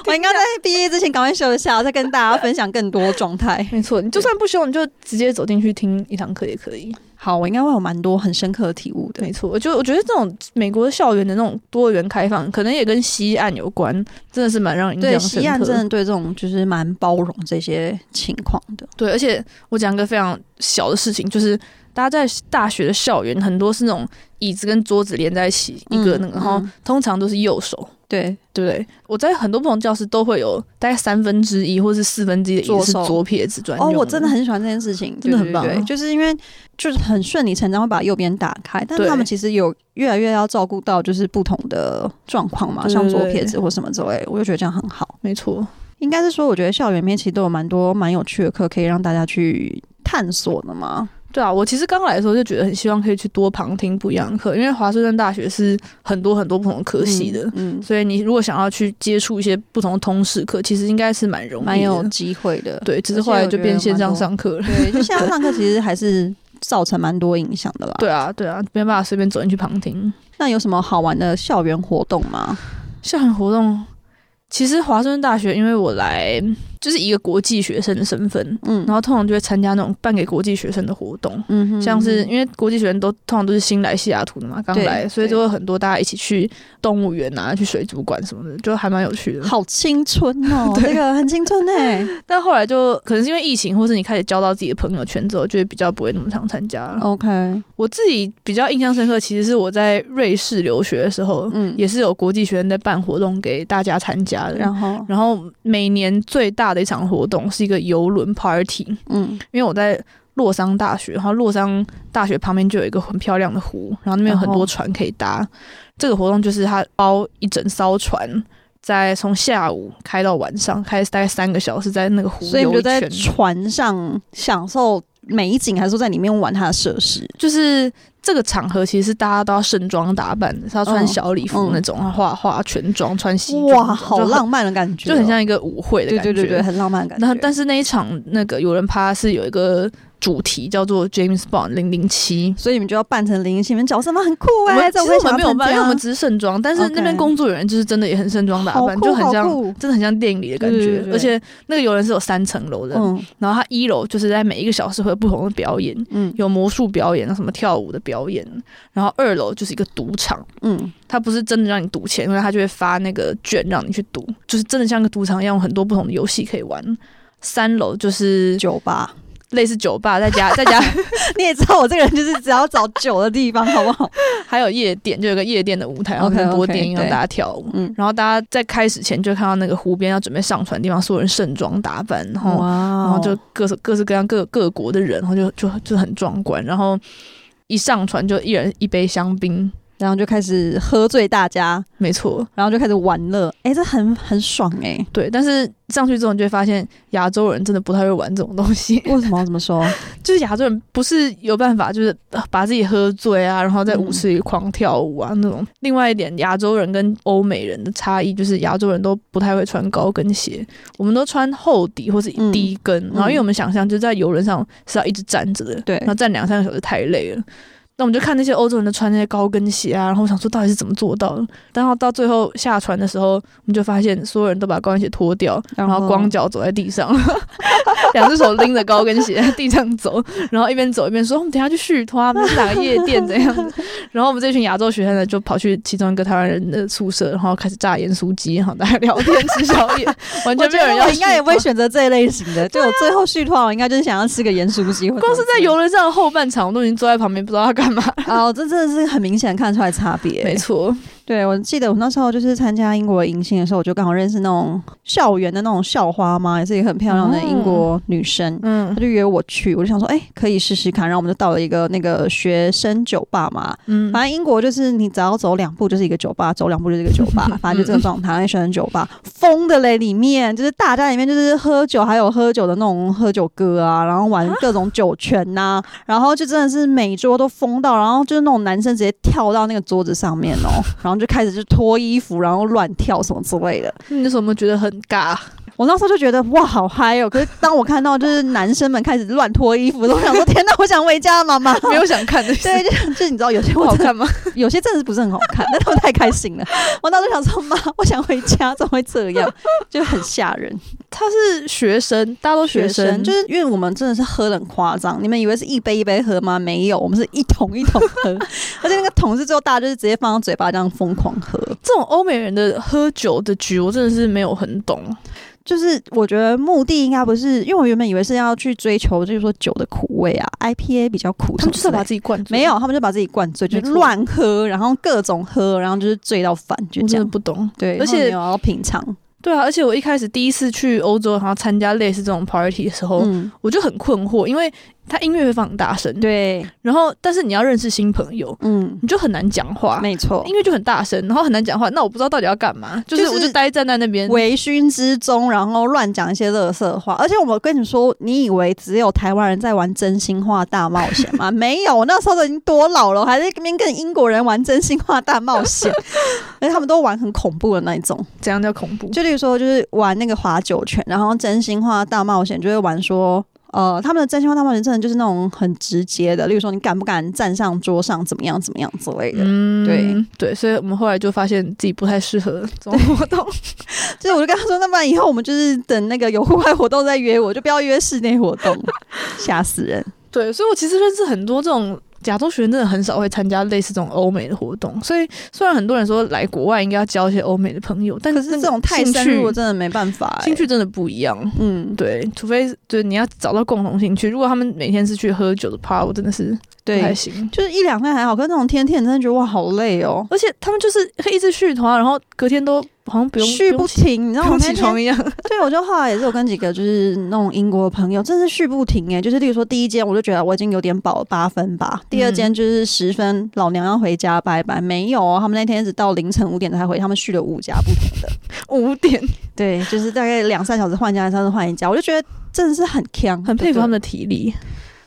Speaker 1: 我应该在毕业之前赶快休一下，再跟大家分享更多状态
Speaker 2: 没错，你就算不修，你就直接走进去听一堂课也可以。
Speaker 1: 好，我应该会有蛮多很深刻的体悟的。
Speaker 2: 没错，我就我觉得这种美国校园的那种多元开放，可能也跟西岸有关，真的是蛮让人印
Speaker 1: 对，
Speaker 2: 象深刻。
Speaker 1: 西岸真的对这种就是蛮包容这些情况的。
Speaker 2: 对，而且我讲一个非常小的事情，就是大家在大学的校园，很多是那种椅子跟桌子连在一起
Speaker 1: 嗯
Speaker 2: 一个那个，然后
Speaker 1: 嗯
Speaker 2: 通常都是右手，
Speaker 1: 对，
Speaker 2: 对不对？我在很多不同教室都会有大概三分之一或是四分之一的椅
Speaker 1: 左
Speaker 2: 子是
Speaker 1: 手
Speaker 2: 左撇子专
Speaker 1: 哦，
Speaker 2: 用
Speaker 1: 我真的很喜欢这件事情，
Speaker 2: 真的
Speaker 1: 对
Speaker 2: 很棒
Speaker 1: 对对就是因为就是很顺理成章会把右边打开，但
Speaker 2: 对
Speaker 1: 他们其实有越来越要照顾到就是不同的状况嘛，
Speaker 2: 对对
Speaker 1: 像
Speaker 2: 对
Speaker 1: 左撇子或什么之类，我就觉得这样很好。
Speaker 2: 没错，
Speaker 1: 应该是说，我觉得校园里面其实都有蛮多蛮有趣的课可以让大家去探索的嘛。
Speaker 2: 对啊，我其实刚来的时候就觉得很希望可以去多旁听不一样的课，因为华盛顿大学是很多很多不同的科系的。
Speaker 1: 嗯，
Speaker 2: 所以你如果想要去接触一些不同的通识课，其实应该是蛮容易的，
Speaker 1: 蛮有机会的。
Speaker 2: 对，只是后来就变线上上课了。
Speaker 1: 对，就线上上课其实还是造成蛮多影响的啦。
Speaker 2: 对啊，对啊，没办法随便走进去旁听。
Speaker 1: 那有什么好玩的校园活动吗？
Speaker 2: 校园活动，其实华盛顿大学，因为我来就是一个国际学生的身份，
Speaker 1: 嗯
Speaker 2: 然后通常就会参加那种办给国际学生的活动，
Speaker 1: 嗯哼
Speaker 2: 像是因为国际学生都通常都是新来西雅图的嘛，刚
Speaker 1: 对
Speaker 2: 来，所以
Speaker 1: 对
Speaker 2: 就会很多大家一起去动物园啊，去水族馆什么的，就还蛮有趣的。
Speaker 1: 好青春哦，这个很青春哎、
Speaker 2: 但后来就可能是因为疫情，或是你开始交到自己的朋友圈之后，就会比较不会那么常参加了。
Speaker 1: OK，
Speaker 2: 我自己比较印象深刻，其实是我在瑞士留学的时候，
Speaker 1: 嗯，
Speaker 2: 也是有国际学生在办活动给大家参加的。然后，
Speaker 1: 然后
Speaker 2: 然后每年最大的一场活动是一个游轮 party，
Speaker 1: 嗯，
Speaker 2: 因为我在洛桑大学，然后洛桑大学旁边就有一个很漂亮的湖，然后那边有很
Speaker 1: 然后
Speaker 2: 多船可以搭。这个活动就是它包一整艘船。在从下午开到晚上，开大概三个小时，在那个湖
Speaker 1: 所以我们
Speaker 2: 游
Speaker 1: 就在
Speaker 2: 一圈。
Speaker 1: 船上享受美景，还是说在里面玩它的设施？
Speaker 2: 就是这个场合，其实大家都要盛装打扮的，是要穿
Speaker 1: 嗯
Speaker 2: 小礼服那
Speaker 1: 嗯
Speaker 2: 种，然后化化全妆，穿西装，
Speaker 1: 哇，好
Speaker 2: 就很
Speaker 1: 浪，漫的感觉哦，
Speaker 2: 就很像一个舞会的
Speaker 1: 对
Speaker 2: 感觉。
Speaker 1: 对对对，很浪漫的感觉。
Speaker 2: 然后，但是那一场那个有人趴是有一个主题叫做 James Bond 零零七。
Speaker 1: 所以你们就要扮成林心，你们角色吗？很酷
Speaker 2: 我
Speaker 1: 哎、
Speaker 2: 们
Speaker 1: 欸！
Speaker 2: 其
Speaker 1: 这
Speaker 2: 实
Speaker 1: 我会
Speaker 2: 我
Speaker 1: 想
Speaker 2: 们
Speaker 1: 要
Speaker 2: 没
Speaker 1: 参
Speaker 2: 有办，因为
Speaker 1: 加
Speaker 2: 我们只是盛装，但是
Speaker 1: OK
Speaker 2: 那边工作人员就是真的也很盛装打
Speaker 1: 好
Speaker 2: 扮，
Speaker 1: 酷
Speaker 2: 就很像
Speaker 1: 好酷，
Speaker 2: 真的很像电影里的感觉。
Speaker 1: 对对对
Speaker 2: 而且那个游人是有三层楼的，
Speaker 1: 嗯
Speaker 2: 然后它一楼就是在每一个小时会有不同的表演，
Speaker 1: 嗯
Speaker 2: 有魔术表演，什么跳舞的表演，然后二楼就是一个赌场，
Speaker 1: 嗯，
Speaker 2: 它不是真的让你赌钱，因为它就会发那个券让你去赌，就是真的像个赌场一样，有很多不同的游戏可以玩。三楼就是
Speaker 1: 酒吧，
Speaker 2: 类似酒吧，再加 再加
Speaker 1: 你也知道我这个人就是只要找酒的地方，好不 好？
Speaker 2: 还有夜店，就有个夜店的舞台，然后
Speaker 1: OK，
Speaker 2: 很多
Speaker 1: OK，
Speaker 2: 电影让
Speaker 1: 对
Speaker 2: 大家跳舞。
Speaker 1: 嗯，
Speaker 2: 然后大家在开始前就看到那个湖边要准备上船的地方，所有人盛装打扮，然后然后就各式各式各样各各国的人，然后就就就很壮观。然后一上船就一人一杯香槟，
Speaker 1: 然后就开始喝醉大家，
Speaker 2: 没错，
Speaker 1: 然后就开始玩乐，哎、这很很爽哎、
Speaker 2: 对。但是上去之后，你就会发现亚洲人真的不太会玩这种东西，
Speaker 1: 为什么要这么说？
Speaker 2: 就是亚洲人不是有办法，就是呃把自己喝醉啊，然后
Speaker 1: 嗯
Speaker 2: 在舞池里狂跳舞啊、那种。另外一点，亚洲人跟欧美人的差异就是亚洲人都不太会穿高跟鞋，我们都穿厚底或是
Speaker 1: 嗯
Speaker 2: 低跟。然后因为我们想象就在游轮上是要一直站着的，
Speaker 1: 对
Speaker 2: 然后站两三个小时太累了。那我们就看那些欧洲人都穿那些高跟鞋啊，然后我想说到底是怎么做到的？然后到最后下船的时候，我们就发现所有人都把高跟鞋脱掉，
Speaker 1: 然
Speaker 2: 然后光脚走在地上，两只手 拎着高跟鞋在 地上走，然后一边走一边说：“我们等一下去续啊 托，我们去打个夜店怎样 子。”然后我们这群亚洲学生呢，就跑去其中一个台湾人的宿舍，然后开始炸盐酥鸡，然后大家聊天吃宵 夜，完
Speaker 1: 我
Speaker 2: 全没
Speaker 1: 觉
Speaker 2: 有
Speaker 1: 得
Speaker 2: 人要
Speaker 1: 我
Speaker 2: 续托。
Speaker 1: 应该也不会选择这一类型 的，就我最后续的话，我应该就是想要吃个盐酥鸡，
Speaker 2: 啊光是在游轮上的后半场，我都已经坐在旁边不知道要干嘛。
Speaker 1: 啊、哦，这真的是很明显看得出来差别、
Speaker 2: 没错，
Speaker 1: 对，我记得我那时候就是参加英国的迎新的时候，我就刚好认识那种校园的那种校花嘛，也是一个很漂亮的英国女生。
Speaker 2: 嗯
Speaker 1: 她就约我去，我就想说，哎、可以试试看。然后我们就到了一个那个学生酒吧嘛，
Speaker 2: 嗯
Speaker 1: 反正英国就是你只要走两步就是一个酒吧，走两步就是一个酒吧，反正就这个状态。那学生酒吧疯的嘞，里面就是大家里面就是喝酒，还有喝酒的那种喝酒歌啊，然后玩各种酒泉呐、然后就真的是每桌都疯到，然后就是那种男生直接跳到那个桌子上面哦，然后就开始就脱衣服，然后乱跳什么之类的。
Speaker 2: 那你有没有觉得很 尬？
Speaker 1: 我那时候就觉得哇，好嗨哦！可是当我看到就是男生们开始乱脱衣服，我都想说天哪，我想回家，妈妈。
Speaker 2: 没有想看的，
Speaker 1: 对，，就 就是你知道有些
Speaker 2: 不
Speaker 1: 我
Speaker 2: 好
Speaker 1: 真的
Speaker 2: 看吗？
Speaker 1: 有些真的是不是很好看，但他们太开心了。我当时想说，妈，我想回家，怎么会这样？就很吓人。
Speaker 2: 他是学生，大家都学生，
Speaker 1: 就是是因为我们真的是喝的很夸张，你们以为是一杯一杯喝吗？没有，我们是一桶一桶喝， 而且那个桶是最后大家就是直接放到嘴巴这样疯狂喝。
Speaker 2: 这种欧美人的喝酒的局，我真的是没有很懂。
Speaker 1: 就是我觉得目的应该不是，因为我原本以为是要去追求，就是说酒的苦味啊，IPA 比较苦什么
Speaker 2: 他们就是
Speaker 1: 之
Speaker 2: 要
Speaker 1: 类
Speaker 2: 把
Speaker 1: 的。
Speaker 2: 自己灌醉。
Speaker 1: 没有，他们就把自己灌醉，就
Speaker 2: 没
Speaker 1: 是
Speaker 2: 错
Speaker 1: 乱喝，然后各种喝，然后就是醉到烦，就
Speaker 2: 我
Speaker 1: 这
Speaker 2: 真的
Speaker 1: 样。
Speaker 2: 不懂。
Speaker 1: 对，
Speaker 2: 而
Speaker 1: 他们
Speaker 2: 且
Speaker 1: 没有要品尝，
Speaker 2: 对啊，而且我一开始第一次去欧洲，然后参加类似这种 party 的时候，
Speaker 1: 嗯，
Speaker 2: 我就很困惑，因为他音乐会放很大声，，
Speaker 1: 对，
Speaker 2: 然后但是你要认识新朋友，
Speaker 1: 嗯，
Speaker 2: 你就很难讲话，
Speaker 1: 没错
Speaker 2: 音，乐就很大声，然后很难讲话，那我不知道到底要干嘛，就是
Speaker 1: 就是
Speaker 2: 我就呆站在那边。
Speaker 1: 微醺之中，然后乱讲一些乐色话。而且我跟你说，你以为只有台湾人在玩真心话大冒险 吗？没有，我那时候都已经多老了，我还在那边跟英国人玩真心话大冒 险，而且他们都玩很恐怖的那一种。
Speaker 2: 怎样叫恐怖？
Speaker 1: 就例如说，就是玩那个划九圈，然后真心话大冒险就会玩说。呃，他们的真心话大冒险真的就是那种很直接的，例如说你敢不敢站上桌上，怎么样怎么样之类的。
Speaker 2: 嗯
Speaker 1: 对
Speaker 2: 对，所以我们后来就发现自己不太适合这种 活动。
Speaker 1: 就是我就跟他说，那不然以后我们就是等那个有户外活动再约我，就不要约室内活动，吓死人。
Speaker 2: 对，所以我其实认识很多这种亚洲学生，真的很少会参加类似这种欧美的活动。所以虽然很多人说来国外应该要交一些欧美的朋友，但
Speaker 1: 可是这种太
Speaker 2: 兴
Speaker 1: 深入，我
Speaker 2: 趣
Speaker 1: 真的没办法、欸。
Speaker 2: 兴趣真的不一样。
Speaker 1: 嗯，
Speaker 2: 对，除非就是你要找到共同兴趣。如果他们每天是去喝酒的趴，我真的是不太
Speaker 1: 对，
Speaker 2: 行。
Speaker 1: 就是一两天还好，可是那种天天真的觉得哇，好累哦，
Speaker 2: 而且他们就是可以一直续团，然后隔天都好像不用
Speaker 1: 续
Speaker 2: 不用
Speaker 1: 不
Speaker 2: 起
Speaker 1: 停。你知道
Speaker 2: 不
Speaker 1: 我
Speaker 2: 用
Speaker 1: 那
Speaker 2: 起
Speaker 1: 天
Speaker 2: 床一样。
Speaker 1: 对，我就后来也是有跟几个就是那种英国的朋友，真是续不停哎、就是例如说第一间我就觉得我已经有点饱了八分吧，第二
Speaker 2: 嗯
Speaker 1: 间就是十分，老娘要回家拜拜。没有哦，他们那天一直到凌晨五点才回，他们续了五家不同的。
Speaker 2: 五 点，
Speaker 1: 对，就是大概两三小时换一家，三小时换一家，我就觉得真的是很强，
Speaker 2: 很佩服他们
Speaker 1: 对。
Speaker 2: 的体力。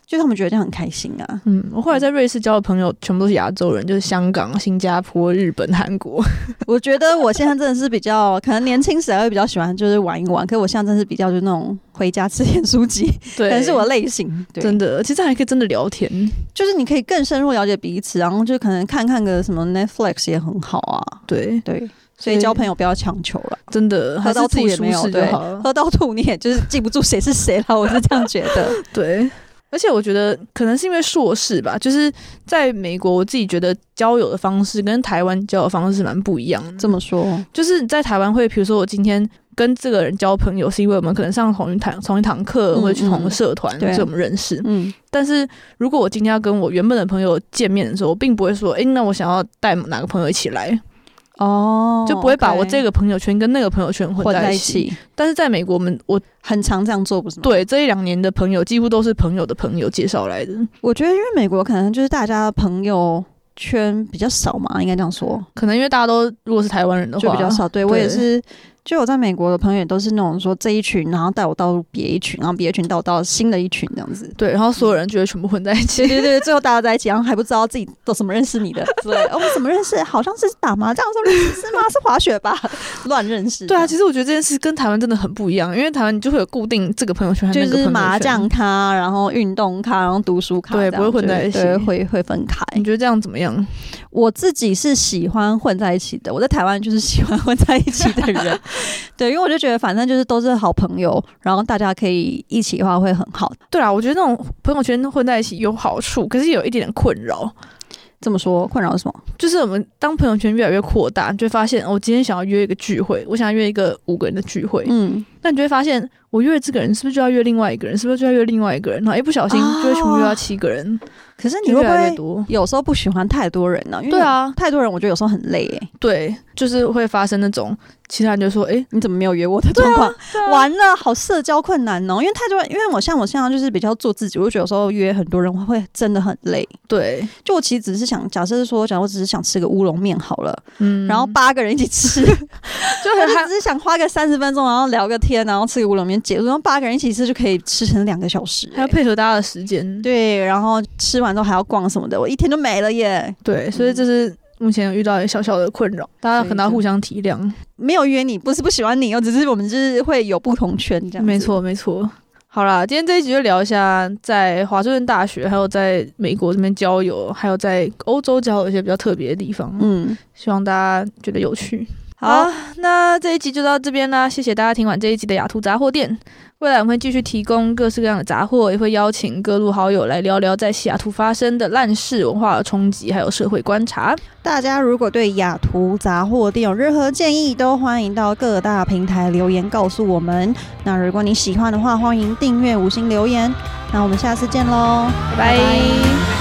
Speaker 1: 就他们觉得这样很开心啊。
Speaker 2: 嗯，我后来在瑞士交的朋友全部都是亚洲人，就是香港、新加坡、日本、韩 国。
Speaker 1: 我觉得我现在真的是比较，可能年轻时还会比较喜欢就是玩一玩，可是我现在真的是比较就是那种回家吃点书 籍，可
Speaker 2: 对，
Speaker 1: 能是我类型。对，
Speaker 2: 真的，其实还可以真的聊天。
Speaker 1: 就是你可以更深入了解彼此，然后就可能看看个什么 Netflix 也很好啊。
Speaker 2: 对，
Speaker 1: 对，所以交朋友不要强求了。
Speaker 2: 真的还
Speaker 1: 喝
Speaker 2: 是
Speaker 1: 到
Speaker 2: 自
Speaker 1: 吐
Speaker 2: 己
Speaker 1: 也没
Speaker 2: 舒
Speaker 1: 有，
Speaker 2: 适就
Speaker 1: 对
Speaker 2: 好了，。
Speaker 1: 喝到吐你也就是记不住谁是谁了，我是这样觉 得。
Speaker 2: 对，而且我觉得可能是因为硕士吧，就是在美国，我自己觉得交友的方式跟台湾交友方式蛮不一样的。
Speaker 1: 这么说，
Speaker 2: 就是在台湾会，比如说我今天跟这个人交朋友，是因为我们可能上同一堂同一堂课，
Speaker 1: 嗯
Speaker 2: 或者去同个社团，
Speaker 1: 嗯对啊
Speaker 2: 所以我们认识。
Speaker 1: 嗯，
Speaker 2: 但是如果我今天要跟我原本的朋友见面的时候，我并不会说，诶，那我想要带哪个朋友一起来，
Speaker 1: 哦
Speaker 2: 嗯就不会把我
Speaker 1: OK
Speaker 2: 这个朋友圈跟那个朋友圈混
Speaker 1: 混
Speaker 2: 在
Speaker 1: 在
Speaker 2: 一
Speaker 1: 一
Speaker 2: 起。
Speaker 1: 起，
Speaker 2: 但是在美国，我们我
Speaker 1: 很常这样做，不是吗？，
Speaker 2: 对这一两年的朋友几乎都是朋友的朋友介绍来的，
Speaker 1: 我觉得因为美国可能就是大家的朋友圈比较少嘛，应该这样说，
Speaker 2: 可能因为大家都如果是台湾人的
Speaker 1: 就
Speaker 2: 话，
Speaker 1: 比较少。对我
Speaker 2: 对
Speaker 1: 也是，就我在美国的朋友也都是那种说这一群，然后带我到别一群，然后别一群带我到新的一群这样子。
Speaker 2: 对，然后所有
Speaker 1: 嗯
Speaker 2: 人就会全部混在一
Speaker 1: 对
Speaker 2: 起。
Speaker 1: 对对，最后大家在一起，然后还不知道自己都怎么认识你的，对，哦我们怎么认识？好像是打麻将，说认识是吗？是滑雪吧？ 乱认识，
Speaker 2: 对啊，其实我觉得这件事跟台湾真的很不一样，因为台湾你就会有固定这个朋友圈，
Speaker 1: 就
Speaker 2: 那个朋友
Speaker 1: 是
Speaker 2: 圈
Speaker 1: 麻将。咖，然后运动咖，然后读书咖这
Speaker 2: 对
Speaker 1: 样，
Speaker 2: 不会混在一起
Speaker 1: 对会会分开。
Speaker 2: 你觉得这样怎么样？
Speaker 1: 我自己是喜欢混在一起的，我在台湾就是喜欢混在一起的 人，对，因为我就觉得反正就是都是好朋友，然后大家可以一起的话会很好。
Speaker 2: 对啊，我觉得那种朋友圈混在一起有好处，可是也有一点点困扰。
Speaker 1: 这么说困扰是什么？
Speaker 2: 就是我们当朋友圈越来越扩大，你就会发现，哦我今天想要约一个聚会，我想要约一个五个人的聚会，
Speaker 1: 嗯，
Speaker 2: 那你就会发现，我约了这个人是不是就要约另外一个人？是不是就要约另外一个人？然后一不小心
Speaker 1: 啊
Speaker 2: 就会全部约到七个人，
Speaker 1: 可是你
Speaker 2: 就
Speaker 1: 会
Speaker 2: 越
Speaker 1: 不
Speaker 2: 来越
Speaker 1: 会
Speaker 2: 多。
Speaker 1: 有时候不喜欢太多人呢、因为
Speaker 2: 对啊，
Speaker 1: 太多人我觉得有时候很累欸诶、
Speaker 2: 对，就是会发生那种其他人就说，诶，
Speaker 1: 你怎么没有约我的状况？
Speaker 2: 哇，
Speaker 1: 完了，好社交困难哦，因为太多人，因为我像我现在就是比较做自己，我就觉得有时候约很多人会真的很累。
Speaker 2: 对，
Speaker 1: 就我其实只是想，假设是说，假如我只是想吃个乌龙面好了，
Speaker 2: 嗯
Speaker 1: 然后八个人一起吃，
Speaker 2: 就
Speaker 1: 我
Speaker 2: 很
Speaker 1: 就
Speaker 2: 害
Speaker 1: 只是想花个三十分钟，然后聊个天，然后吃个乌龙面，结束，然后八个人一起吃就可以吃成两个小时、
Speaker 2: 还要
Speaker 1: 欸
Speaker 2: 配合大家的时间，
Speaker 1: 对，然后吃完之后还要逛什么的，我一天就没了耶。
Speaker 2: 对，所以这是目前有遇到小小的困扰，大家可能要互相体谅。
Speaker 1: 没有约你，不是不喜欢你，哦我只是我们就是会有不同圈这样。
Speaker 2: 没，错，没错。好啦，今天这一集就聊一下在华盛顿大学，还有在美国这边交友，还有在欧洲交友一些比较特别的地方。嗯，
Speaker 1: 嗯，
Speaker 2: 希望大家觉得有趣。
Speaker 1: 好，
Speaker 2: 好，那这一集就到这边啦，谢谢大家听完这一集的雅图杂货店。未来我们会继续提供各式各样的杂货，也会邀请各路好友来聊聊在西雅图发生的烂事、文化的冲击，还有社会观察。
Speaker 1: 大家如果对雅图杂货店有任何建议，都欢迎到各大平台留言告诉我们。那如果你喜欢的话，欢迎订阅、五星留言。那我们下次见喽，
Speaker 2: 拜拜